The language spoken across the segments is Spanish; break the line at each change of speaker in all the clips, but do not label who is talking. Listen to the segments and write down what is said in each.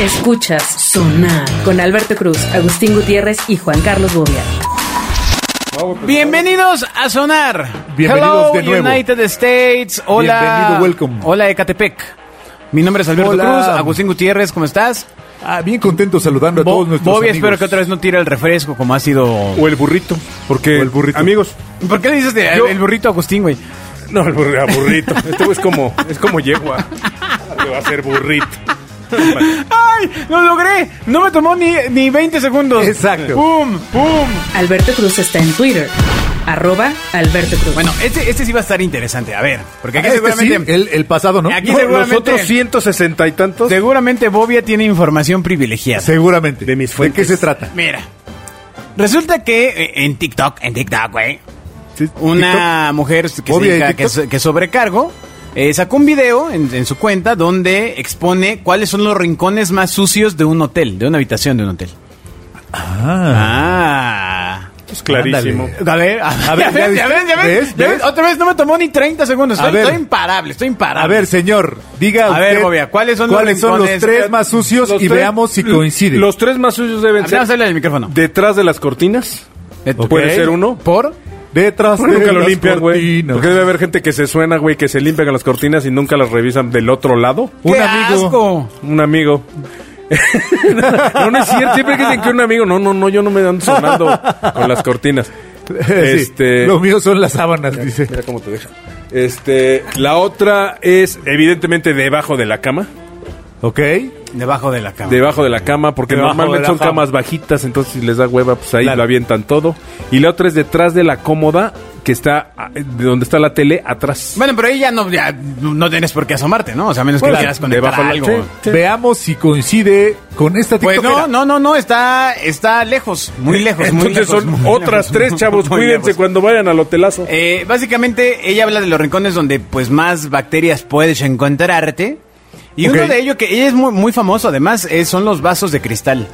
Escuchas Sonar con Alberto Cruz, Agustín Gutiérrez y Juan Carlos Bobia.
Bienvenidos a Sonar.
Bienvenidos
Hello,
de nuevo.
United States. Hola.
Bienvenido, welcome.
Hola, Ecatepec. Mi nombre es Alberto
Hola.
Cruz, Agustín Gutiérrez, ¿cómo estás?
Ah, bien contento saludando a
Bo-
todos nuestros
Bobby,
amigos.
espero que otra vez no tire el refresco como ha sido...
O el burrito. Porque,
O el burrito.
amigos,
¿Por qué le dices de-
Yo-
el burrito a Agustín, güey?
no, el burrito. burrito. Este güey es como, es como yegua. Le va a hacer burrito.
¡Ay! ¡Lo logré! No me tomó ni, ni 20 segundos.
Exacto.
¡Pum! ¡Pum!
Alberto Cruz está en Twitter, arroba Alberto Cruz.
Bueno, este, este sí va a estar interesante, a ver. Porque aquí
Este
seguramente...
sí, el, el pasado, ¿no?
Aquí
No,
seguramente-
los otros 160 y tantos.
Seguramente Bobia tiene información privilegiada.
Seguramente.
De mis
¿De qué
fuentes.
se trata?
Mira. Resulta que eh, en TikTok, en TikTok, güey,
Sí,
una mujer que, se
Obvio,
dedica-
¿y
que,
TikTok?
so- que sobrecargo eh, sacó un video en, en su cuenta donde expone cuáles son los rincones más sucios de un hotel, de una habitación de un hotel. Ah.
Es clarísimo.
Ándale.
A ver, a,
A ver,
ver, ya ves,
ya
ya ves,
viste,
ya ves,
¿ves?
ya
¿ves?
ves, Otra vez no me tomó ni 30 segundos.
A
Estoy,
ver.
estoy imparable, estoy imparable.
A ver, señor, diga
A
usted
ver, Bobia, ¿cuáles son los rincones?
tres más sucios
Los
y
tres-
veamos si coinciden?
Los tres más suyos
A
deben
ver, hazle
ser
el micrófono.
detrás de las cortinas.
Ok.
Puede ser uno.
¿Por?
Detrás
Porque
de
nunca lo
las
limpian, güey.
cortinas.
Porque debe haber gente que se suena, güey, que se limpian las cortinas y nunca las revisan del otro lado.
Un
¡Qué
amigo.
asco!
Un amigo. no, no es cierto. Siempre que dicen que un amigo. No, no, no, yo no me dan sonando con las cortinas.
Sí,
Este.
Lo mío son las sábanas, dice.
Mira cómo te deja. Este. La otra es, evidentemente, debajo de la cama.
¿Ok?
Debajo de la cama.
Debajo de la cama, porque
Debajo de
normalmente
la
son
cama.
camas bajitas, entonces si les da hueva, pues ahí
Claro.
lo avientan todo. Y la otra es detrás de la cómoda, que está ah, de donde está la tele, atrás.
Bueno, pero ahí ya no, ya no tienes por qué asomarte, ¿no? O sea, a menos que
Bueno,
quieras conectar
debajo de la-
algo.
sí.
Veamos si coincide con esta
Pues
tiktokera.
no, no, no, no, está, está lejos, muy lejos, muy
Entonces
lejos,
son
muy
otras
lejos,
tres, chavos.
muy
Cuídense
lejos.
cuando vayan al hotelazo.
Eh, básicamente, ella habla de los rincones donde pues más bacterias puedes encontrarte. Y
Ok.
uno de ellos que ella es muy, muy famoso, además, eh, son los vasos de cristal.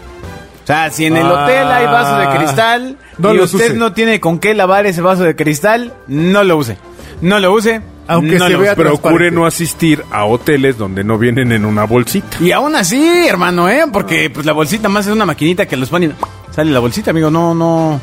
O sea, si en el
Ah.
hotel hay vasos de cristal
No
y
los
usted
use.
no tiene con qué lavar ese vaso de cristal, no lo use. No lo use.
Aunque
no
se
lo
vea
use.
Procure
transparente.
no asistir a hoteles donde no vienen en una bolsita.
Y aún así, hermano, ¿eh? Porque pues la bolsita más es una maquinita que los ponen. Sale la bolsita, amigo, no, no.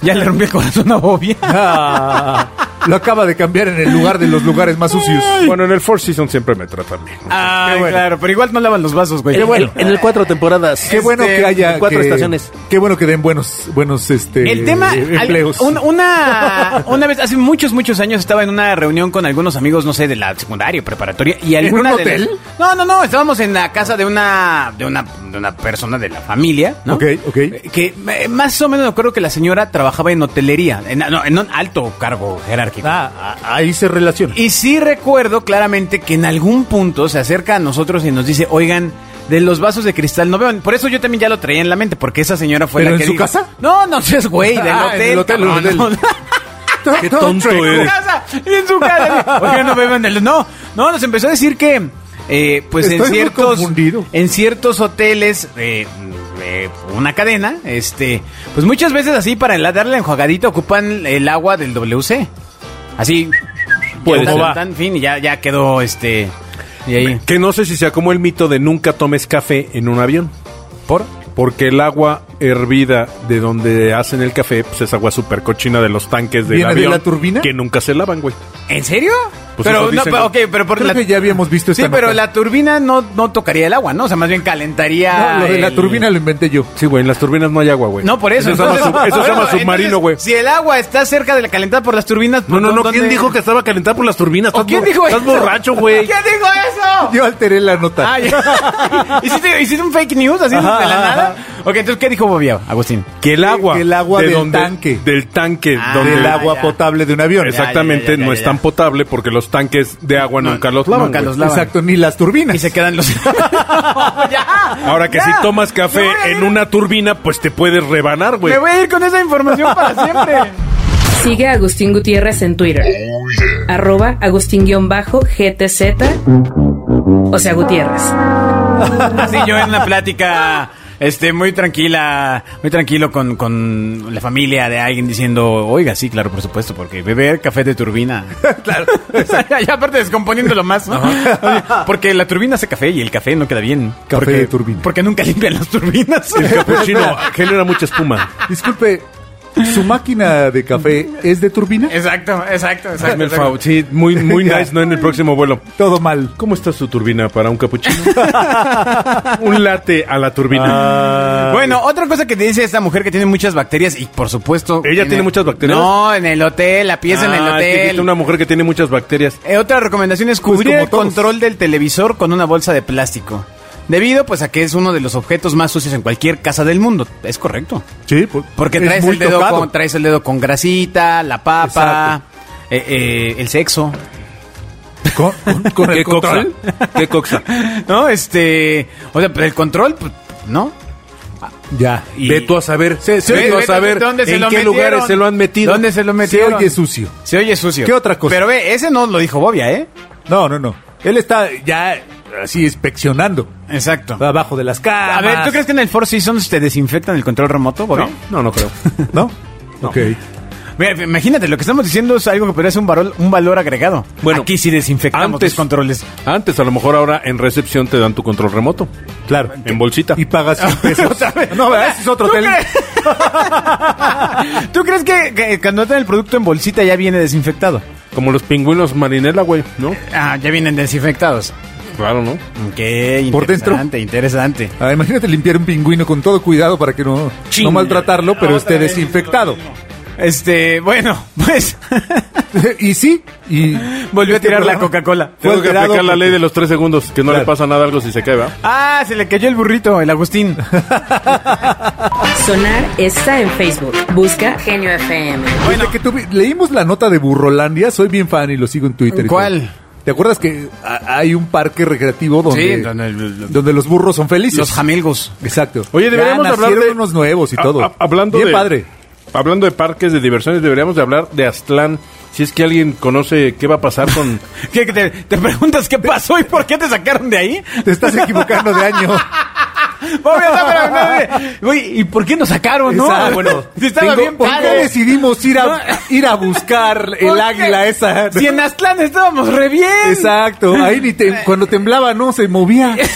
Ya le rompí el corazón a Bobby.
Ah, lo acaba de cambiar en el lugar de los lugares más sucios.
Bueno, en el Four Seasons siempre me tratan bien.
Ay,
Qué bueno.
claro, pero igual no lavan los vasos, güey.
En el cuatro temporadas.
Qué bueno
Este,
que haya
cuatro
que-
estaciones.
Qué bueno que den buenos, buenos este
El tema,
eh,
al-
empleos.
un- una, una vez, hace muchos, muchos años estaba en una reunión con algunos amigos, no sé, de la secundaria, preparatoria, y
¿En
alguna
un
de las-
hotel?
no, no, no, estábamos en la casa de una, de una, de una persona de la familia, ¿no?
Ok, ok.
Eh, Que eh, más o menos creo que la señora trabajaba en hotelería, en, no, en un alto cargo jerárquico.
Ah, a- ahí se relaciona.
Y sí recuerdo claramente que en algún punto se acerca a nosotros y nos dice, oigan, de los vasos de cristal no veo. Por eso yo también ya lo traía en la mente, porque esa señora fue
¿Pero
la
en
que
su
dijo,
casa?
No, no seas güey, del
Ah, en
hotel.
el hotel, en el
cabrón,
hotel.
no, no,
Qué tonto
en su
eres.
casa, en su casa. Oigan, no beban del... No, no, nos empezó a decir que... eh, pues
Estoy
en
muy
ciertos
confundido.
en ciertos hoteles eh, eh, una cadena este pues muchas veces así para la- darle la enjuagadita ocupan el agua del WC así
Puede
como
ser.
va. En fin, ya, ya quedó este. Y ahí.
Que no sé si sea como el mito de nunca tomes café en un avión.
¿Por?
Porque el agua hervida de donde hacen el café, pues es agua súper cochina de los tanques del
¿Viene de
avión.
la turbina?
Que nunca se lavan, güey.
¿En serio?
Pues
pero,
eso
no,
dicen,
pero, ok,
güey.
pero por
Creo
la.
que ya habíamos visto
sí,
esta
pero
nota.
la turbina no, no tocaría el agua, ¿no? O sea, más bien calentaría.
No, lo de la
el-
turbina lo inventé yo.
Sí, güey, en las turbinas no hay agua, güey.
No, por eso.
Eso se llama,
entonces-
sub- eso se
bueno,
llama submarino,
entonces,
güey.
Si el agua está cerca de la calentada por las turbinas.
No, no, no.
¿dónde-
¿Quién dijo que estaba calentada por las turbinas?
¿O
Estás
quién
bor-
dijo
Estás
eso?
borracho, güey.
¿Quién dijo eso?
Yo alteré la nota.
Ah, ya. ¿Hiciste, hiciste un fake news así de la nada? Ok, entonces, ¿qué dijo Bobia, Agustín?
Que el agua.
que el agua
de
del
donde-
tanque.
Del tanque.
Ah,
donde
del
ya,
agua
ya.
potable de un avión.
Exactamente,
ya, ya, ya,
no
ya,
es
ya.
tan potable porque los tanques de agua
No,
nunca los lavan.
nunca
güey.
los lavan.
Exacto, ni las turbinas.
Y se quedan los. Ya,
Ahora que
ya.
si tomas café
Me voy a ir-
en una turbina, pues te puedes rebanar, güey.
Me voy a ir con esa información para siempre.
Sigue a Agustín Gutiérrez en Twitter, arroba Agustín-GTZ, o sea Gutiérrez.
Así yo en una plática este, muy tranquila, muy tranquilo con, con la familia de alguien diciendo, oiga, sí, claro, por supuesto, porque beber café de turbina. claro. y aparte descomponiéndolo más, ¿no? Porque la turbina hace café y el café no queda bien.
Café
Porque-
de turbina.
Porque nunca limpian las turbinas.
El capuchino genera mucha espuma.
Disculpe, ¿su máquina de café es de turbina?
Exacto, exacto, exacto.
Hazme el
exacto.
favor. Sí, muy, muy nice, ¿no? En el próximo vuelo.
Todo mal.
¿Cómo está su turbina para un capuchino? un late a la
Ah.
turbina.
Bueno, otra cosa que te dice esta mujer que tiene muchas bacterias y por supuesto...
¿Ella tiene muchas bacterias?
No, en el hotel, la pieza en el
Ah, te
hotel.
quita una mujer que tiene muchas bacterias.
Eh, otra recomendación es cubrir
Pues como
el
todos.
control del televisor con una bolsa de plástico. Debido pues a que es uno de los objetos más sucios en cualquier casa del mundo. Es correcto.
Sí, pues,
Porque
es
traes
muy
el, dedo
tocado.
con, traes el dedo con grasita, la papa, eh, eh, el sexo.
¿Con, con- con el control?
coxa? ¿Qué coxa?
No, este... O sea, pero el control, pues, ¿no?
Ya.
Y-
Ve tú a saber.
Ve-
ve tú a
ve
saber
dónde se
en
lo
qué
metieron.
lugares se lo han metido.
¿Dónde se lo
Se
metieron?
oye sucio.
Se oye sucio.
¿Qué otra cosa?
Pero ve, ese no lo dijo Bobia, ¿eh?
No, no, no. Él está ya así inspeccionando.
Exacto.
Abajo de las camas.
A ver, ¿tú crees que en el Four Seasons te desinfectan el control remoto, Bobia?
No, no, no creo.
¿No? Ok.
Mira, imagínate, lo que estamos diciendo es algo que podría ser un valor, un valor agregado.
Bueno,
aquí sí desinfectamos
antes-
los controles.
Antes, a lo mejor ahora en recepción te dan tu control remoto.
Claro.
En bolsita.
Y pagas 100 pesos.
Otra vez.
no, ¿verdad? Ese es otro
¿Tú
hotel.
crees- ¿Tú crees que, que cuando traen el producto en bolsita ya viene desinfectado?
Como los pingüinos marinela, güey, ¿no?
Ah, ya vienen desinfectados.
Claro, ¿no?
Ok,
¿Por dentro?
interesante, interesante.
Ah, imagínate limpiar un pingüino con todo cuidado para que no,
Chin.
no maltratarlo,
Otra
pero esté
vez
desinfectado.
Este, bueno, pues
y sí, y
volvió a
Este
tirar la
programa-
Coca-Cola.
Fue
Tengo que
alterado
aplicar la
porque-
ley de los tres segundos, que no le
Claro.
pasa nada a algo si se cae, ¿verdad?
Ah, se le cayó el burrito, el Agustín.
Sonar está en Facebook. Busca Genio FM.
Desde que tuvi- leímos la nota de Burrolandia, soy bien fan y lo sigo en Twitter. y
¿Cuál?
todo. ¿Te acuerdas que a- hay un parque recreativo donde,
Sí, donde el-
donde los burros son felices?
Los jamilgos.
Exacto.
Oye,
Ya
deberíamos hablar
nacieron
de
unos nuevos y
A-
todo.
a- hablando
bien
de
padre.
Hablando de parques de diversiones, deberíamos de hablar de Aztlán. Si es que alguien conoce qué va a pasar con
¿Qué, que te, te preguntas qué pasó y por qué te sacaron de ahí?
Te estás equivocando de año.
Bobia, no, pero, no, no, no. Güey, ¿y por qué nos sacaron, no?
Exacto.
Si estaba
Tengo-
bien
¿Por qué
padre.
decidimos ir a, ir a buscar
¿Por
el
qué?
águila esa?
Si en Aztlán estábamos re bien.
Exacto. Ahí ni te- cuando temblaba no se movía.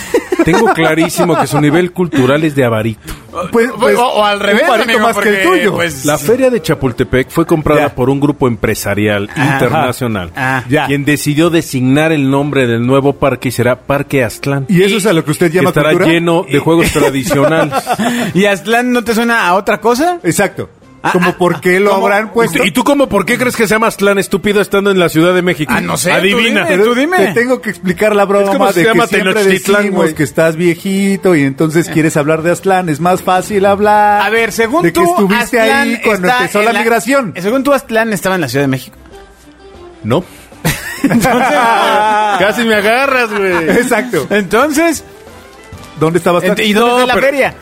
Tengo clarísimo que su nivel cultural es de avarito.
Pues-
O-
pues,
o, o al
un
revés,
palito
amigo,
más
porque,
que el tuyo.
pues,
La feria de Chapultepec fue comprada
Ya.
por un grupo empresarial
Ajá.
internacional,
Ah,
ya.
quien decidió designar el nombre del nuevo parque y será Parque Aztlán.
¿Y eso es a lo que usted
que
llama
estará
cultura?
lleno
Eh.
de juegos tradicionales.
¿Y Aztlán no te suena a otra cosa?
Exacto. Como por qué lo
Ah, ¿cómo?
habrán
¿Y
puesto.
tú- ¿Y tú cómo por qué crees que se llama Aztlán estúpido estando en la Ciudad de México?
Ah, no sé, tú
Adivina.
dime, tú dime.
Te tengo que explicar la broma
Es como
de
si se
que
llama
siempre
Tenochtitlán,
decimos
güey.
que estás viejito y entonces quieres hablar de Aztlán. Es más fácil hablar.
Ah. A ver, según
de que
tú,
estuviste
Aztlán
ahí cuando
está
empezó
en Eh,
la, migración.
Según tú, Aztlán estaba en la Ciudad de México.
No. Casi me agarras, güey.
Exacto.
Entonces,
¿Dónde estabas?
ent- ¿y dónde
No,
está la
pero-
feria?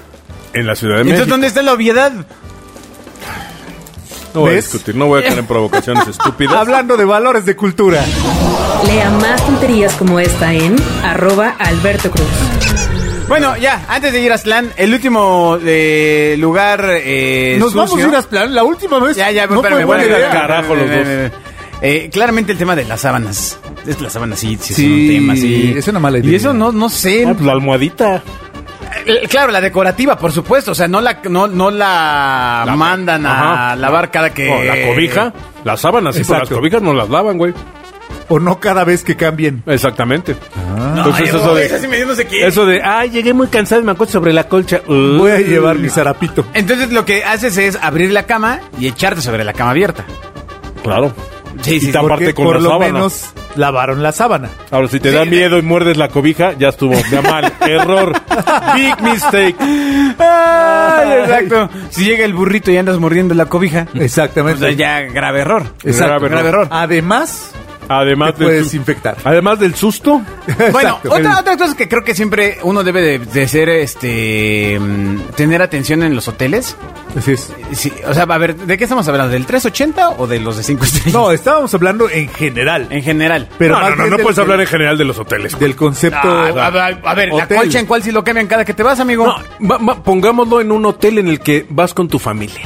En la Ciudad de México.
Entonces, ¿dónde está la obviedad?
no voy a
¿Ves?
discutir, no voy a caer en provocaciones estúpidas.
Ah,
Hablando de valores de cultura.
Lea más tonterías como esta en arroba Alberto Cruz.
Bueno, ya, antes de ir a Aztlán, el último eh, lugar eh,
Nos vamos a
sucio-
ir a Aztlán. La última vez.
Ya, ya,
no
espérame,
fue buena
voy a-
idea.
carajo los dos.
Eh, claramente el tema de las sábanas. Es las sábanas sí, sí,
Sí,
es un tema, sí.
es una mala idea.
Y eso no, no sé.
Ah, pues la almohadita.
Eh, Claro, la decorativa, por supuesto. O sea, no la, no, no la,
La-
mandan a
Ajá.
lavar cada que.
No, la cobija, las sábanas, sí, pero las
Exacto.
cobijas no las lavan, güey.
O no cada vez que cambien.
Exactamente.
Ah. No,
Entonces,
yo,
eso de-
esa sí me dio no sé qué.
Eso de, ah, llegué muy cansado y me acuesto sobre la colcha. Uh.
Voy a llevar mi zarapito.
Entonces lo que haces es abrir la cama y echarte sobre la cama abierta.
Claro.
Sí,
sí, Taparte
Porque
con
por
la
lo
sábana.
menos lavaron la sábana.
Ahora, si te da miedo y muerdes la cobija, ya estuvo. Ya mal. Error. Big mistake.
Ay, exacto. Si llega el burrito y andas mordiendo la cobija, pues
Exactamente.
ya grave error.
Exacto.
Mm. Grave
error.
Además,
Además
te
del
puedes
sus-
infectar.
Además del susto.
Bueno,
Exacto.
otra, otra cosa que creo que siempre uno debe de, de ser, este, mm, tener atención en los hoteles.
Así es.
Sí, o sea, a ver, ¿de qué estamos hablando? ¿Del 380 o de los de 5 estrellas?
No, estábamos hablando en general.
en general.
Pero
no,
más
no, no,
bien
no
del-
puedes hablar en
del-
general de los hoteles. pues.
del concepto.
Ah, a, ver, a ver, la
hotel.
colcha en cuál si lo cambian cada que te vas, amigo.
No, va- va- pongámoslo en un hotel en el que vas con tu familia.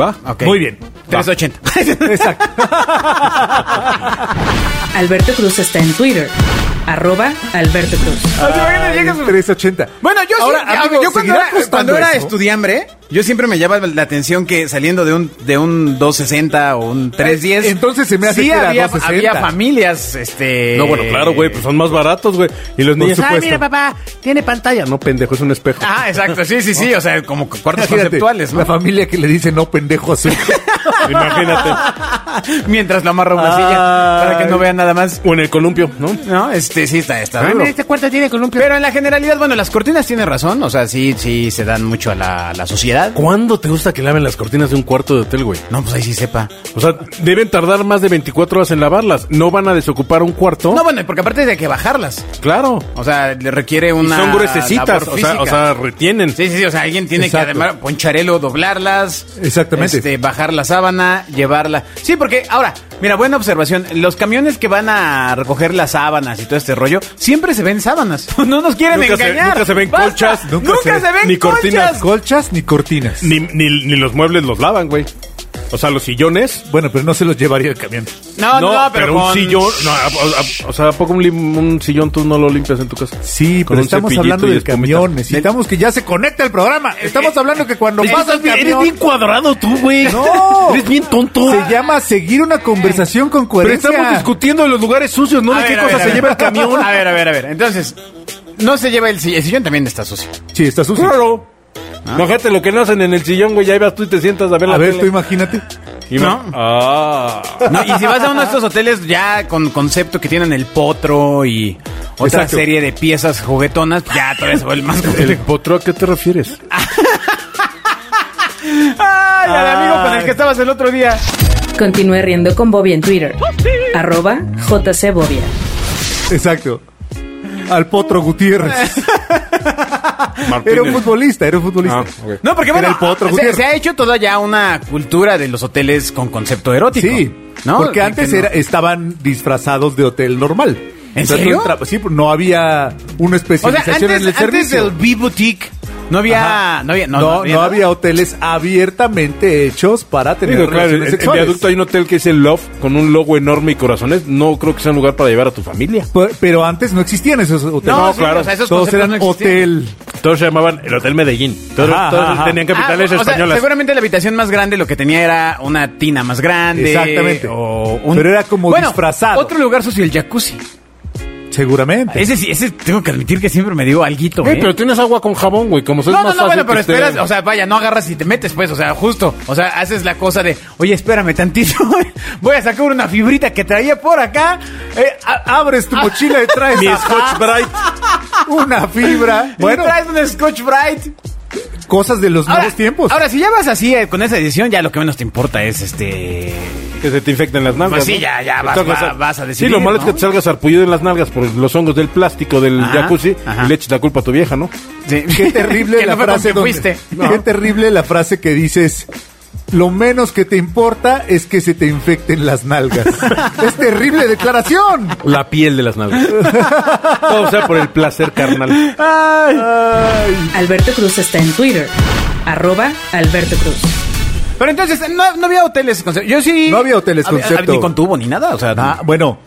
¿Va?
Ok.
Muy bien.
380.
Exacto.
Alberto Cruz está en Twitter. Arroba Alberto Cruz.
Ah,
O sea,
ah,
imagínate, llegas-
380.
Bueno, yo, sí-
Ahora,
a ver,
amigo,
yo cuando
¿seguirá
era,
costando
cuando era
eso?
estudiambre, yo siempre me llamaba la atención que saliendo de un de un 260 o un 310.
Entonces se me hace
sí
que era
había,
260.
había familias, este.
No, bueno, claro, güey, pues son más baratos, güey. Y los
Por
niños.
supuesto.
papá, tiene pantalla. No, pendejo, es un espejo.
Ah, exacto, sí, sí, sí, o sea, como cuartos
Imagínate,
conceptuales,
La
¿no?
familia que le dice no pendejo a su
Imagínate.
Mientras lo amarra una silla para que no vean nada más.
O en el columpio, ¿no?
No, este sí está, está.
Ah,
duro.
mira,
cuarto tiene columpio. Pero en la generalidad, bueno, las cortinas tienen razón, o sea, sí, sí se dan mucho a la, a la sociedad.
¿Cuándo te gusta que laven las cortinas de un cuarto de hotel, güey?
No, pues ahí sí sepa.
O sea, deben tardar más de 24 horas en lavarlas. No van a desocupar un cuarto.
No, bueno, porque aparte de que bajarlas.
Claro.
O sea, le requiere
Y
una.
son gruesecitas,
labor
o sea,
física.
o sea, retienen.
Sí, sí, sí, o sea, alguien tiene
Exacto.
que además poncharelo, doblarlas.
Exactamente.
Este, bajar la sábana, llevarla. Sí, porque ahora, mira, buena observación. Los camiones que van a recoger las sábanas y todo este rollo, siempre se ven sábanas. No nos quieren
Nunca se-
engañar.
nunca se ven
Basta.
colchas,
Nunca,
nunca
se,
se-
ven
ni cortinas.
colchas.
colchas ni cortinas.
Ni, ni, ni los muebles los lavan, güey. O sea, los sillones.
Bueno, pero no se los llevaría el camión.
No, no, no, pero,
un
con-
sillón. no, a- a- a- o sea, ¿a poco un, lim- un sillón tú no lo limpias en tu casa?
Sí,
Con
pero
un
estamos
cepillito
hablando
y
del
espumita. Eh,
camión. Necesitamos que ya se conecte el programa. Estamos hablando que cuando pasa el camión...
cuadrado tú, güey.
No.
tonto.
Se llama seguir una conversación con
Pero
coherencia.
estamos discutiendo de los lugares sucios, no
A
de
ver,
qué
a ver,
cosa
a
se
ver.
lleva el camión.
A ver, a ver, a ver. Entonces, no se lleva el sillón. El sillón también está sucio.
Sí, está sucio.
Claro. Imagínate lo que no hacen en el sillón, güey. Ya ibas tú y te sientas a ver la
A ver,
tele.
tú imagínate.
Ima-
No.
Ah.
No, y si vas a uno de estos hoteles ya con concepto que tienen el potro y otra
Exacto.
serie de piezas juguetonas, ya todavía se vuelve más
¿El
complejo.
potro a qué te refieres?
Ay, al amigo con el
Ay.
que estabas el otro día.
Continúe riendo con Bobby en Twitter. Arroba JC Bobia.
Exacto. Al Potro Gutiérrez. Era un futbolista, era un futbolista.
Ah, ok.
No, porque
Era
bueno,
el potro
se,
Gutiérrez.
se ha hecho toda ya una cultura de los hoteles con concepto erótico.
Sí,
¿no?
porque
Que-
antes
que no-
era, estaban disfrazados de hotel normal.
¿En
tú
serio?
entrabas- sí, no había una
O sea,
especialización
antes,
en el
antes
servicio.
del B-Boutique no había...
Ajá.
No había...
no, no había,
nada.
hoteles abiertamente hechos para tener
Digo, claro, en,
relaciones
en
sexuales.
Viaducto hay un hotel que es el Love con un logo enorme y corazones. No creo que sea un lugar para llevar a tu familia.
Pe- Pero antes no existían esos hoteles.
No,
No,
sí,
claro.
o sea, esos
Todos
conceptos
eran
no existían.
hotel.
Todos se llamaban el Hotel Medellín. Todos,
Ajá,
todos
ajá, ajá.
tenían capitales
Ah, o sea,
españolas.
seguramente la habitación más grande lo que tenía era una tina más grande.
Exactamente.
o un-
Pero era como disfrazado.
Otro lugar socio, el jacuzzi.
Seguramente.
Ese sí, ese tengo que admitir que siempre me dio alguito.
Güey,
¿eh?
pero tienes agua con jabón, güey. Como es
No,
más
no, no,
fácil
bueno, pero
que te-
esperas, o sea, vaya, no agarras y te metes, pues, o sea, justo, o sea, haces la cosa de, oye, espérame tantito, voy a sacar una fibrita que traía por acá, eh, a- abres tu mochila y traes,
Mi Scotch Bright.
Una fibra.
bueno,
Bueno,
traes un Scotch Bright.
cosas de los
Ahora,
nuevos tiempos.
ahora, si ya vas así eh, con esa edición, ya lo que menos te importa es este...
Que se te infecten las nalgas.
Pues sí, ya- ya vas-
Entonces,
va-
o sea,
vas a decidir,
Sí, lo malo
¿no?
es que te salgas arpullido en las nalgas por los hongos del plástico del
Ajá,
jacuzzi
ajá.
y le eches la culpa a tu vieja, ¿no?
sí.
Qué terrible
Que
la
no fue con
frase
que
donde-
fuiste.
Qué terrible la frase que dices. Lo menos que te importa es que se te infecten las nalgas. es terrible declaración.
La piel de las nalgas. Todo sea por el placer carnal.
Alberto Cruz está en Twitter. Arroba Alberto Cruz.
Pero entonces, no, no había hoteles concepto. Yo sí.
No había hoteles
Había-
concepto.
Ni con tubo ni nada. O sea, no.
Ah, bueno,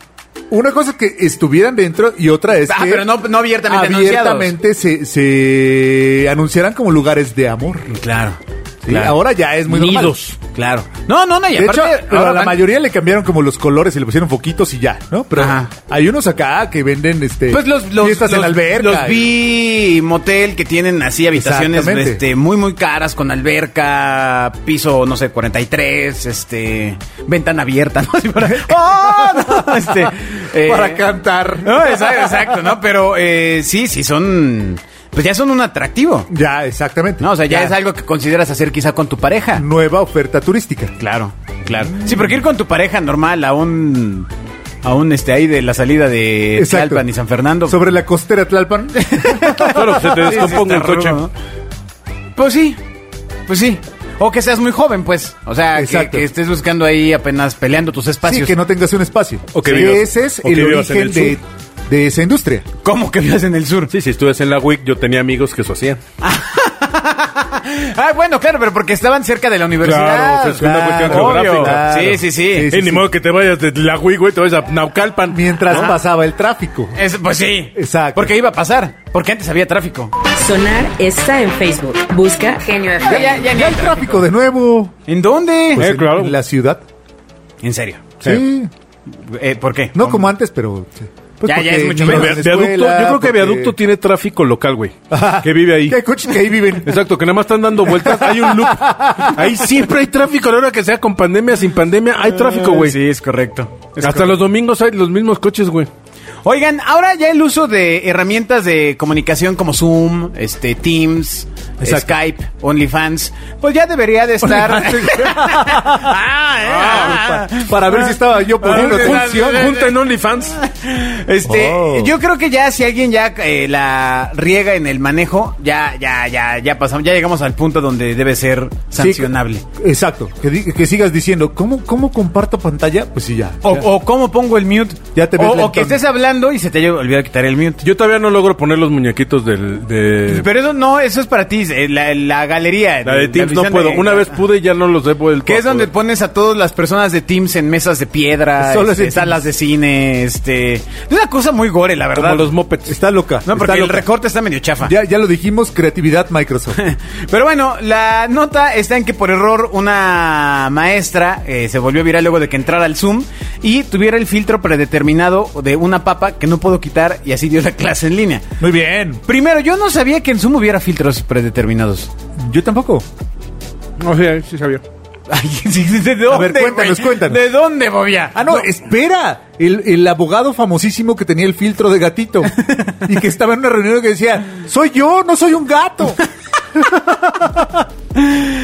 una cosa es que estuvieran dentro y otra es
Ah,
que
pero no, no abiertamente, anunciados.
pues abiertamente se, se anunciaran como lugares de amor.
Claro.
¿sí? Ahora ya es muy
Nidos.
Claro. No, no, no. Y
normal. De hecho,
aparte,
pero
ahora
a la
van-
mayoría le cambiaron como los colores y le pusieron foquitos y ya, ¿no? Pero
Ajá.
hay unos acá que venden este
Pues los, los,
fiestas
los,
en alberca.
los vi motel que tienen así habitaciones
Exactamente.
este, muy, muy caras con alberca, piso, no sé, 43, este, ventana abierta, ¿no? Así para, ¡Ah, no! Este, eh,
Para cantar.
No, exacto, exacto, ¿no? Pero eh, sí, sí son, pues ya son un atractivo.
Ya, exactamente.
No, o sea, ya, es algo que consideras hacer quizá con tu pareja.
nueva oferta turística.
Claro, claro. Sí, porque ir con tu pareja normal a un aún este, ahí de la salida de
Exacto.
Tlalpan y San Fernando.
Sobre la costera Tlalpan.
Claro, se te
Sí, sí,
descomponga
está
el
rudo,
coche.
¿no? Pues sí, pues sí. O que seas muy joven, pues. O sea, que,
Exacto.
que estés buscando ahí apenas peleando tus
sí,
espacios.
que no tengas un espacio.
O que
Sí,
vivas-
Ese es
o que
el
vivas en
origen
el
de, de esa industria.
¿Cómo que vives en el sur?
Sí, si estuvieras en la WIC, yo tenía amigos que eso hacían.
Ah, bueno, claro, pero porque estaban cerca de la universidad.
Claro,
pues
es una cuestión
obvio.
geográfica.
Ah, Sí, sí, sí.
Eh, ni modo que te vayas de la WIC, güey, te vayas a Naucalpan.
Mientras
¿no?
pasaba el tráfico.
Es- pues sí.
Exacto.
Porque iba a pasar. Porque antes había tráfico.
Sonar está en Facebook. Busca Genio
Ya,
FM.
ya, ya ni
Ya
hay
hay tráfico de nuevo.
¿En dónde?
Pues
Eh,
en,
claro.
en la ciudad.
En serio.
Sí.
Eh, ¿Por qué?
No como antes, pero. sí. Pues
Ya, ya
porque
es mucho
ni
Ve-
menos.
iban a
ve-
la
viaducto,
escuela,
yo creo que
porque-
Viaducto tiene tráfico local, güey.
Ajá.
Que vive ahí.
Que hay coches que ahí viven.
Exacto, que nada más están dando vueltas. Hay un loop. Ahí siempre hay tráfico, a la hora que sea, con pandemia, sin pandemia, hay tráfico, güey.
Sí, es correcto. Es
Hasta los domingos hay los mismos coches, güey.
Oigan, ahora ya el uso de herramientas de comunicación como Zoom, este Teams,
Exacto.
Skype, OnlyFans, pues ya debería de estar. Ah, eh, ah.
Para ver si estaba yo poniendo
Ah,
atención.
Función, junta en OnlyFans.
Este,
Oh.
yo creo que ya si alguien ya eh, la riega en el manejo, ya, ya, ya, ya pasamos, ya llegamos al punto donde debe ser sancionable.
Sí, exacto. Que, di- que sigas diciendo, ¿cómo, ¿cómo comparto pantalla? Pues sí, ya.
O, o cómo pongo el mute.
Ya te ves
o, o
lentón.
que estés hablando y se te haya olvidado quitar el mute.
Yo todavía no logro poner los muñequitos del, de...
Pero eso no, eso es para ti, eh, la, la galería.
La de Teams no
visión
puedo.
de-
Una vez pude y ya no los debo el
Que es donde pones a todas las personas de Teams en mesas de piedra,
Solo
este,
es de
salas de cine, este... Es una cosa muy gore, la verdad.
Como los mopeds.
Está loca.
No, porque
está
el
loca.
recorte está medio chafa.
Ya, ya lo dijimos, creatividad Microsoft.
Pero bueno, la nota está en que por error una maestra eh, se volvió viral luego de que entrara al Zoom y tuviera el filtro predeterminado de una papa que no puedo quitar y así dio la clase en línea.
Muy bien.
Primero, yo no sabía que en Zoom hubiera filtros predeterminados.
Yo tampoco.
No, sí, sí sabía.
Ay, sí, sí, ¿De dónde, güey?
cuéntanos, cuéntanos.
¿De dónde, Bobia?
Ah, no, espera. El, el abogado famosísimo que tenía el filtro de gatito y que estaba en una reunión que decía, soy yo, no soy un gato.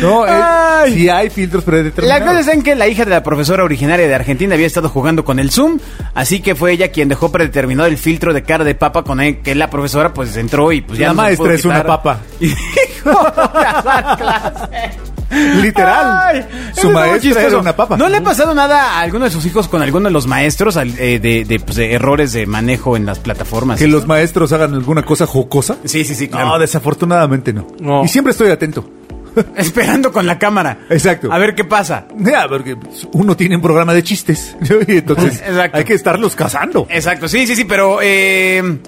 no,
Ay.
si sí hay filtros
La
predeterminados.
cosa es en que la hija de la profesora originaria de Argentina había estado jugando con el Zoom, así que fue ella quien dejó predeterminado el filtro de cara de papa con el que la profesora pues entró y pues ya
La
no se
maestra
pudo
es una
quitar.
papa.
Y dijo, "Vas a clase".
Literal.
Ay, eso
Su
es muy
maestra
chistoso.
era una papa.
¿No le ha pasado nada a alguno de sus hijos con alguno de los maestros al- eh, de, de, pues, de errores de manejo en las plataformas?
que los maestros hagan alguna cosa jocosa.
Sí, sí, sí, claro.
No, desafortunadamente no.
No.
Y siempre estoy atento.
Esperando con la cámara.
Exacto.
A ver qué pasa.
Ya, porque pues, uno tiene un programa de chistes. Y entonces
Exacto.
hay que estarlos cazando.
Exacto, sí, sí, sí, pero eh,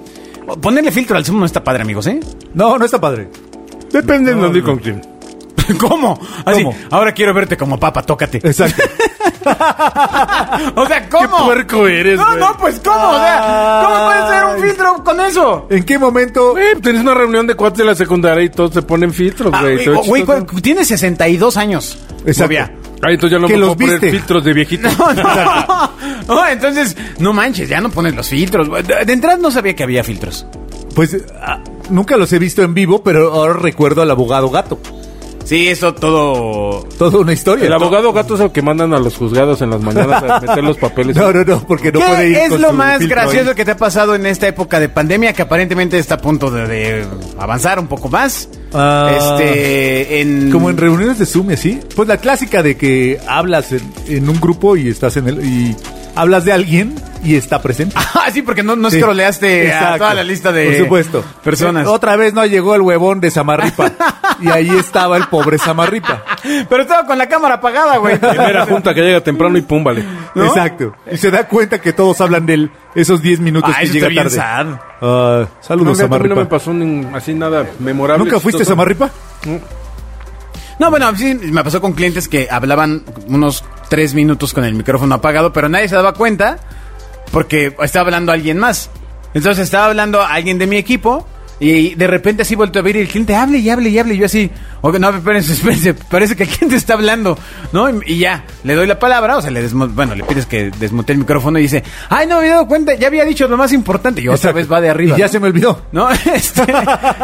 ponerle filtro al Zoom no está padre, amigos, ¿eh?
No, no está padre.
Depende de dónde y con quién.
¿Cómo? Así,
¿Cómo?
ahora quiero verte como papa, tócate.
Exacto.
O sea, ¿cómo?
Qué puerco eres,
No,
güey.
no, pues ¿cómo? O sea, ¿cómo puede ser un
Ay.
filtro con eso?
¿En qué momento?
Güey, tienes una reunión de cuates de la secundaria y todos se ponen filtros,
Ah,
güey.
Güey,
Todo
oh, güey,
chistoso.
cu- tienes 62 años.
Exacto.
novia.
Ay, entonces ya no
que
me
los
puedo poner
viste.
filtros de viejito.
No, no. No, entonces, no manches, ya no pones los filtros. güey. De de entrada no sabía que había filtros.
Pues ah, nunca los he visto en vivo, pero ahora recuerdo al abogado gato.
Sí, eso todo...
Toda una historia.
El abogado gato es el que mandan a los juzgados en las mañanas a meter los papeles.
No, no, no, porque no puede ir.
¿Qué es
con
lo
su
más
filtro ahí.
gracioso que te ha pasado en esta época de pandemia que aparentemente está a punto de, de avanzar un poco más?
Ah.
este, en...
Como en reuniones de Zoom, y ¿sí? Pues la clásica de que hablas en, en un grupo y estás en el. y hablas de alguien y está presente.
Ah, sí, porque no, no
Sí.
scrolleaste a
Exacto.
toda la lista de
Por supuesto. Eh,
personas.
Otra vez no llegó el huevón de Samarripa. y ahí estaba el pobre Samarripa.
Pero estaba con la cámara apagada, güey.
Primera junta que llega temprano y pum, vale.
¿No?
Exacto. Y se da cuenta que todos hablan de él esos 10 minutos
Ah,
que
eso
llega
está bien
tarde.
sad.
Ah,
No,
saludos,
fíjate, a mí no me
Samarripa.
pasó ni- así nada memorable.
¿Nunca fuiste
chistoso.
Samarripa?
No, bueno, sí, me pasó con clientes que hablaban unos tres minutos con el micrófono apagado, pero nadie se daba cuenta porque estaba hablando alguien más. Entonces estaba hablando alguien de mi equipo y de repente así vuelto a ver y el cliente hable y hable y hable. Y yo así, oiga, no, espérense, espérense, parece que el cliente está hablando, ¿no? Y, y ya, le doy la palabra, o sea, le desmo- bueno, le pides que desmute el micrófono y dice, ay, no me había dado cuenta, ya había dicho lo más importante. Y otra
Exacto.
vez va de arriba.
Y ya
¿no?
se me olvidó.
¿No? Este,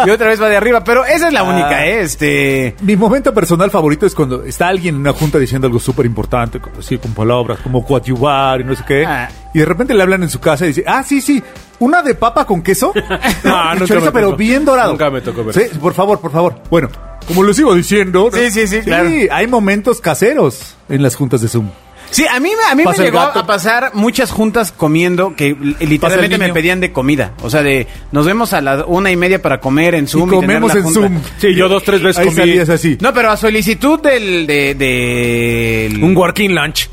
y otra vez va de arriba, pero esa es la
Ah.
única, ¿eh? Este...
Mi momento personal favorito es cuando está alguien en una junta diciendo algo súper importante, como, así con palabras, como coadyuvar y no sé qué.
Ah.
Y de repente le hablan en su casa y dice, ah, sí, sí, una de papa con queso.
No, nunca
Chorizo,
me
pero
tocó.
bien dorado.
Nunca me tocó ver
Sí, por favor, por favor. Bueno, como les iba diciendo. ¿no?
Sí, sí, sí, claro.
hay momentos caseros en las juntas de Zoom.
Sí, a mí, me- a mí me
Pasa el
llegó
gato.
a pasar muchas juntas comiendo que l- literalmente me
niño.
pedían de comida. O sea, de nos vemos a las una y media para comer en Zoom. tener
comemos
la
en
junta.
Zoom.
Sí, yo dos, tres veces
Ahí
comí.
salías así.
No, pero a solicitud del... De, del-
Un working lunch.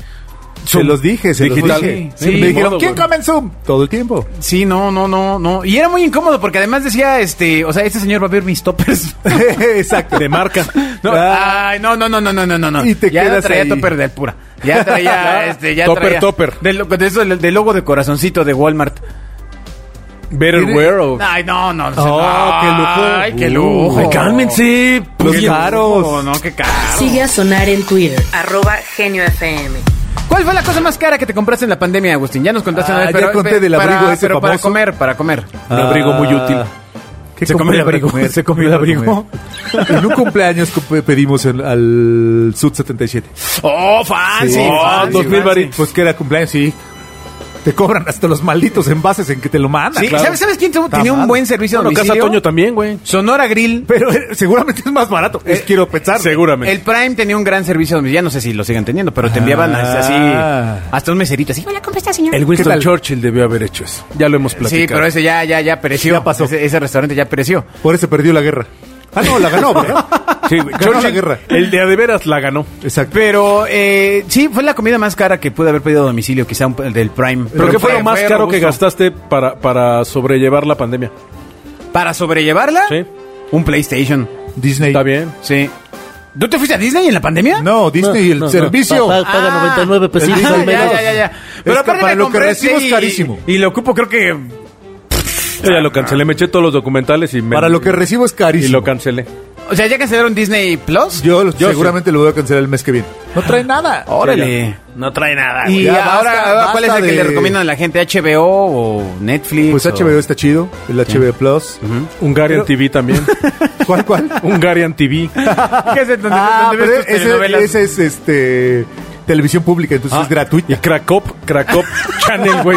Se los dije, se
Digital.
los dije.
Sí, sí,
me
ni
dijeron,
modo,
¿quién
güey.
come en Zoom? Todo el tiempo.
Sí, no, no, no, no. Y era muy incómodo porque además decía, este, o sea, este señor va a ver mis toppers.
Exacto.
De marca.
No,
Ah.
Ay, no, no, no, no, no, no, no, no.
Y te
ya
quedas
traía
ahí.
topper del pura. Ya traía, este, ya
Topper,
traía.
topper.
Del, lo- de eso, del, del logo de corazoncito de Walmart.
Betterware o...
Ay, no, no, no. no.
Oh, qué lujo.
Ay, Ah, qué
Uh,
lujo.
Ay, cálmense.
Los
Oye,
No,
caros.
no, qué caro.
Sigue a Sonar en Twitter, arroba Genio FM.
¿Cuál fue la cosa más cara que te compraste en la pandemia, Agustín? Ya nos contaste
Ah,
una vez,
ya conté
pe-
del abrigo
para,
ese
pero para
famoso.
comer, para comer. Ah,
Un abrigo muy útil.
Ah, ¿Qué
Se comió
compré
el
para
abrigo,
comer?
se
¿Qué
comió el
compré para
abrigo.
comer? en un cumpleaños comp- pedimos el- al Sud 77.
Oh, fancy.
Sí,
oh,
fancy,
dos mil
fancy.
varitos.
Pues que era cumpleaños, sí. Te cobran hasta los malditos envases en que te lo mandan.
Sí,
claro.
¿sabes, ¿Sabes quién tuvo-
Está
tenía un
mal.
buen servicio de
Bueno, Casa
domicilio?
Toño también, güey.
Sonora Grill.
Pero eh, seguramente es más barato. es quiero pensar.
Seguramente.
El Prime tenía un gran servicio de domicilio. Ya no sé si lo siguen teniendo, pero te enviaban hasta
Ah.
así, hasta un meserito así.
El
¿Qué tal?
Winston Churchill debió haber hecho eso. Ya lo hemos platicado.
Sí, pero ese ya, ya, ya pereció.
Ya pasó.
Ese, ese restaurante ya pereció.
Por eso perdió la guerra. Ah, no, la ganó, ¿verdad?
Sí, güey.
Ganó la
Churchill,
guerra.
El de a de veras la ganó.
Exacto.
Pero eh, sí, fue la comida más cara que pude haber pedido a domicilio, quizá un- el del Prime.
¿Pero qué fue lo más caro que
robusto.
gastaste para, para sobrellevar la pandemia?
¿Para sobrellevarla?
Sí.
Un PlayStation.
Disney.
Está bien.
Sí. ¿Tú te fuiste a Disney en la pandemia?
No, Disney, el
no, no.
servicio.
Pa- pa- paga 99 pesitos
Ah,
al
Ya,
menos.
ya, ya, ya.
que
Pero aparte
para
me
lo que
compré
recibo
ese
es
y-
carísimo.
Y, lo ocupo creo que...
Yo ya lo cancelé, me eché todos los documentales y me...
Para lo que recibo es
Y
carísimo.
lo cancelé.
O sea, ya cancelaron Disney Plus.
yo,
Yo
seguramente lo voy a cancelar el mes que viene. No trae nada.
Órale.
No trae nada.
Y
Ya
ahora,
basta,
ahora, ¿cuál es
basta
el que le
de-
recomiendan a la gente? ¿HBO o Netflix?
Pues
o-
HBO está chido, el HBO Plus.
Hungarian TV también.
¿Cuál, cuál?
Hungarian TV.
¿Qué es el donde,
ah,
donde ves
pero
tus telenovelas?
ese, ese es este televisión pública, entonces es
Y
gratuita.
Cracop, Cracop Channel, güey.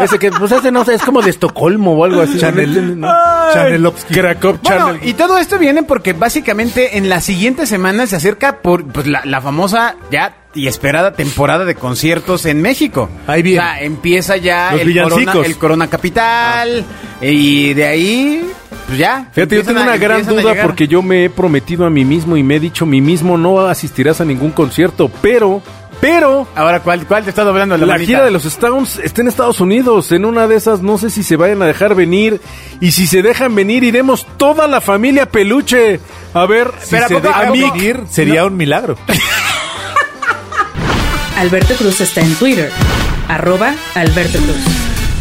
Ese que, pues ese no sé, es como de Estocolmo o algo así.
Chanel,
no.
Chanelovsky.
Cracop
Bueno,
Channel.
y todo esto viene porque básicamente en la siguiente semana se acerca por pues, la, la famosa ya y esperada temporada de conciertos en México.
Ahí viene.
O sea, empieza ya
Los
el,
villancicos. Ah.
corona, el Corona Capital y de ahí, pues ya.
Fíjate, yo
empiezan
tengo
a-
una gran
empiezan a
duda
llegar.
porque yo me he prometido a mí mismo y me he dicho mí mismo no asistirás a ningún concierto, pero, pero
Ahora, ¿cuál, cuál te está doblando la
la
manita?
gira de los Stones está en Estados Unidos. En una de esas no sé si se vayan a dejar venir y si se dejan venir iremos toda la familia peluche a ver
Si
Pero ¿a
se
poco- a
deja
poco?
venir, sería un milagro.
Alberto Cruz está en Twitter, arroba Alberto Cruz.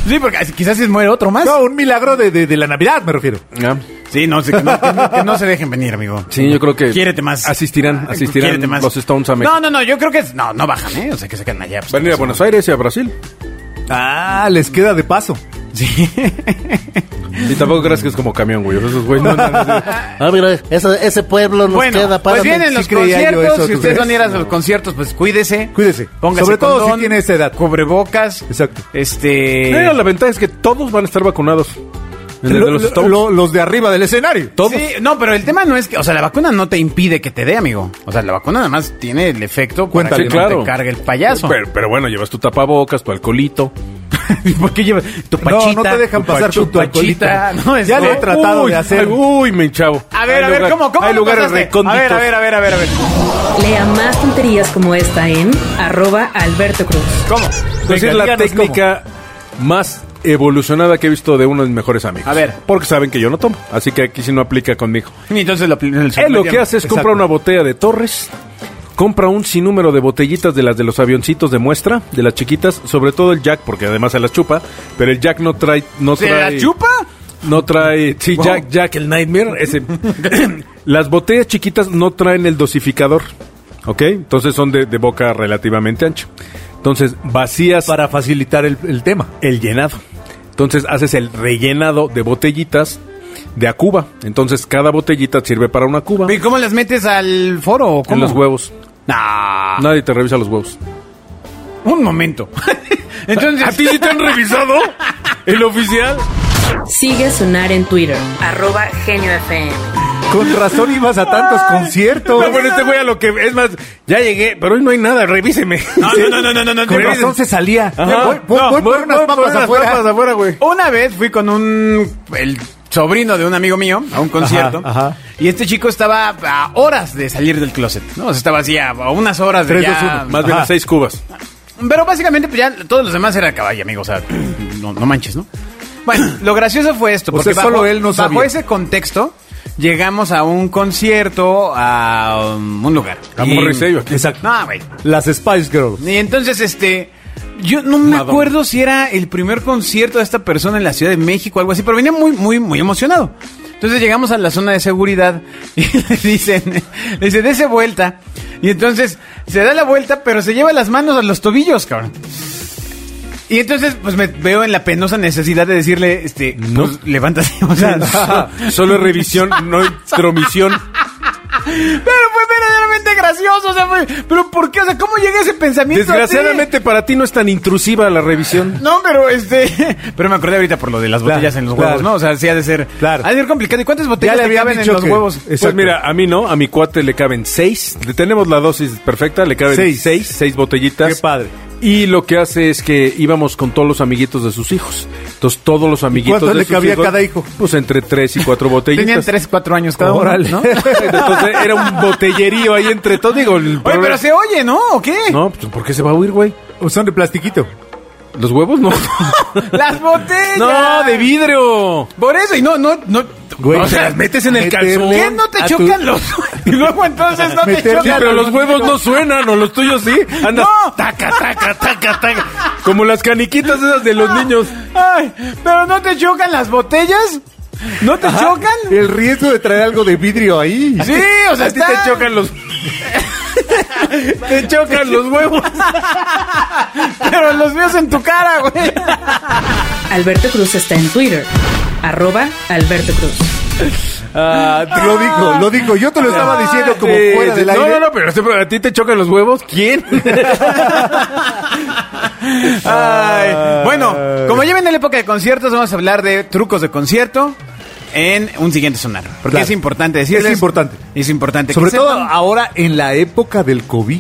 Sí, porque quizás se muere otro más.
No, un milagro de, de- de la Navidad, me refiero.
Ah,
Sí, no, sí, que no, que no- que no se dejen venir, amigo.
sí, yo creo que
Quiérete más.
Asistirán, asistirán
Quiérete más.
los Stones a México.
No, no, no, yo creo que es- no, no bajan, ¿eh? O sea, que se quedan allá. pues,
Van a ir a Buenos Aires y a Brasil.
Ah, les queda de paso.
Sí.
Y tampoco creas que es como camión, güey. Esos güey no andan
Eh.
así.
Ah, mira, ese, ese pueblo nos
bueno,
queda para.
pues vienen
sí
los
creía yo
conciertos.
eso,
si
¿tú
ustedes
crees?
van a ir a los conciertos, pues cuídese.
Cuídese.
Póngase
Sobre todo
condón,
si tiene esa edad.
Cubrebocas.
Exacto.
Este.
Mira, la ventaja es que todos van a estar vacunados. Desde
Lo-
los
lo-
Stones.
lo- los de arriba del escenario.
todos.
Sí, no, pero el tema no es que, o sea, la vacuna no te impide que te dé, amigo. O sea, la vacuna nada más tiene el efecto para
Cuéntale,
que no
claro.
te cargue el payaso.
Pero, pero bueno, llevas tu tapabocas, tu alcoholito.
¿Por qué llevas tu
No,
pachita?
no te dejan
tu
pasar
pachu-
con tu
pachita,
alcoholito.
No, es-
Ya lo he
no.
tratado de hacer.
Uy, mi chavo.
A ver,
Hay
a ver,
lugar-
¿cómo, cómo
Hay
lo
lugares
pasaste? A
recónditos.
ver, a ver, a ver, a ver, a ver.
Lea más tonterías como esta en arroba Alberto Cruz.
¿Cómo?
Pues Es
Venga,
decir, la
díganos
técnica más evolucionada que he visto de uno de mis mejores amigos.
A ver.
Porque saben que yo no tomo, así que aquí sí no aplica conmigo.
cómo. Y entonces lo,
Él lo que hace es compra una botella de Torres, compra un sinnúmero de botellitas de las de los avioncitos de muestra, de las chiquitas, sobre todo el Jack, porque además se las chupa, pero el Jack no trae... No
¿Se
trae,
la chupa?
No trae... Sí, Jack, Jack, el Nightmare, ese... las botellas chiquitas no traen el dosificador, ¿ok? Entonces son de, de boca relativamente ancha. Entonces vacías
Para facilitar el, el tema.
el llenado. Entonces haces el rellenado de botellitas de a cuba. Entonces cada botellita sirve para una cuba.
¿Y cómo las metes al foro o cómo?
Con los huevos.
Ah.
Nah.
Nadie te revisa los huevos.
Un momento. Entonces,
¿A ti sí te han revisado? ¿El oficial?
Sigue Sonar en Twitter, arroba Genio FM.
Con razón ibas a tantos conciertos.
No, bueno, este güey a lo que... Es más, ya llegué, pero hoy no hay nada, revíseme.
No, no, no, no, no, no, no,
Con
no.
razón se salía.
Ajá.
Voy, voy-
No, voy-
voy por unas
voy por
papas
unas
afuera.
papas afuera, güey.
Una vez fui con un el sobrino de un amigo mío a un concierto
ajá.
y este chico estaba a horas de salir del closet, ¿no? O sea, estaba así a, a unas horas de
Tres,
ya-
dos, uno.
Más bien
Ajá.
a seis cubas.
Pero básicamente pues ya todos los demás era caballo, amigo, o sea, no, no manches, ¿no? Bueno, lo gracioso fue esto,
O
porque
sea,
bajo,
solo él no
bajo
sabía.
ese contexto llegamos a un concierto a um, un lugar.
A
Y-
Morrissey, aquí.
Exacto.
No, güey.
Las Spice Girls.
Y entonces, este. Yo no me
Madonna.
acuerdo si era el primer concierto de esta persona en la Ciudad de México o algo así, pero venía muy, muy, muy emocionado. Entonces llegamos a la zona de seguridad y le dicen, le dice, dése vuelta. Y entonces se da la vuelta, pero se lleva las manos a los tobillos, cabrón. Y entonces, pues me veo en la penosa necesidad de decirle, este,
No.
pues, levántate. O sea,
Solo revisión, no intromisión.
Pero fue verdaderamente gracioso, o sea, fue- pero ¿por qué? O sea, ¿cómo llega ese pensamiento? a ti?
Desgraciadamente para ti no es tan intrusiva la revisión.
No, pero este. Pero me acordé ahorita por lo de las
Claro,
botellas en los
claro.
huevos, ¿no? O sea, sí ha de ser.
Claro.
Ha de ser complicado. ¿Y cuántas botellas
Ya le
te
había
caben en
dicho
los
que-
huevos?
Pues
Exacto.
mira, a mí no, a mi cuate le caben seis. Le tenemos la dosis perfecta, le caben
Seis.
seis, seis, botellitas.
Qué padre.
Y lo que hace es que íbamos con todos los amiguitos de sus hijos. Entonces todos los amiguitos
cuánto
de
le
sus
cabía
hijos,
cada hijo?
Pues entre tres y cuatro botellitas.
Tenían 3, 4 años cada uno.
Órale.
¿no?
Entonces era un botellerío ahí entre todos. Digo, el
Oye,
problema-
pero se oye, ¿no? ¿O qué?
No, pues, ¿por qué se va a huir, güey?
O Son de plastiquito.
¿Los huevos? No.
¡Las botellas!
no, de vidrio.
Por eso, y no, no, no.
Güey,
o sea, las metes en el
meterle
calzón. ¿Qué no te
a tu-
chocan los.? y luego entonces no te
Meterle
Sí,
chocan
pero los huevos no suenan, o los tuyos sí. Andas
¡No!
taca, taca, taca, taca. Como las caniquitas esas de los niños.
Ay, pero no te chocan las botellas. ¿No te chocan?
El riesgo de traer algo de vidrio ahí.
Sí, o sea,
A ti te
está-
chocan los. te chocan los huevos.
Pero los míos en tu cara, güey.
Alberto Cruz está en Twitter, arroba Alberto Cruz.
Lo dijo, lo dijo. Yo te lo estaba diciendo como
Ah, Sí,
fuera
sí.
del aire.
No, no, no, pero este- pero a ti te chocan los huevos. ¿Quién?
Ay. Bueno, como ya viene la época de conciertos, vamos a hablar de trucos de concierto en un siguiente sonar. Porque
Claro.
es importante decirles.
Es importante.
Es importante. que
Sobre todo
sepan-
ahora en la época del COVID.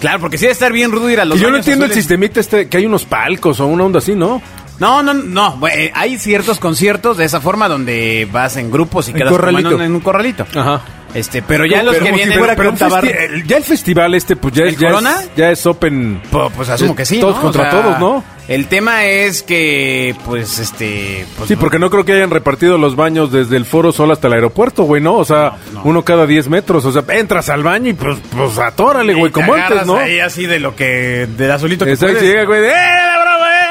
Claro, porque sí debe estar bien rudo ir a los
Y yo no
baños
entiendo el
azules.
sistemita este, que hay unos palcos o una onda así, ¿no?
No, no, no. Bueno, eh, hay ciertos conciertos de esa forma donde vas en grupos y
En
quedas como en
corralito.
un, en un corralito.
Ajá.
Este, pero ya los
Pero
que
como si
vienen. eh,
fuera
pero
un
un
Cantabar-
festi- el- ya el festival este, pues ya,
¿El
ya
Corona?
es, ya es open.
Pu- Pues asumo que sí.
Todos
¿no?
contra todos, ¿no?
El tema es que, pues, este. pues,
Sí, porque no creo que hayan repartido los baños desde el Foro Sol hasta el aeropuerto, güey, ¿no? O sea,
pues
uno cada 10 metros, o sea, entras al baño y pues, pues atórale,
Y
güey,
te
como antes,
agarras
¿no?
Ahí así de lo que. del azulito que
Exacto,
puedes.
llega, güey, de, ¡eh, la broma, eh!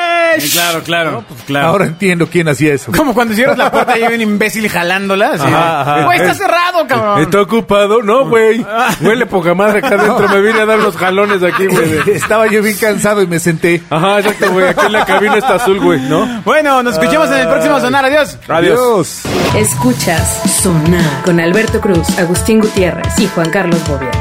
Sí, claro, claro. claro.
Ahora entiendo quién hacía eso.
Como cuando cierras la puerta y hay un imbécil jalándola. así,
Ajá, ajá.
Güey, está cerrado, cabrón.
¿Está ocupado? No,
Pues,
güey.
ah.
Huele poca madre acá adentro, me vine a dar los jalones aquí, güey. de-
Estaba yo bien cansado y me senté.
Ajá, exacto, güey, aquí en la cabina está azul, güey, ¿no?
Bueno, nos escuchamos en el próximo sonar. Adiós.
Adiós.
Escuchas Sonar con Alberto Cruz, Agustín Gutiérrez y Juan Carlos Bobia.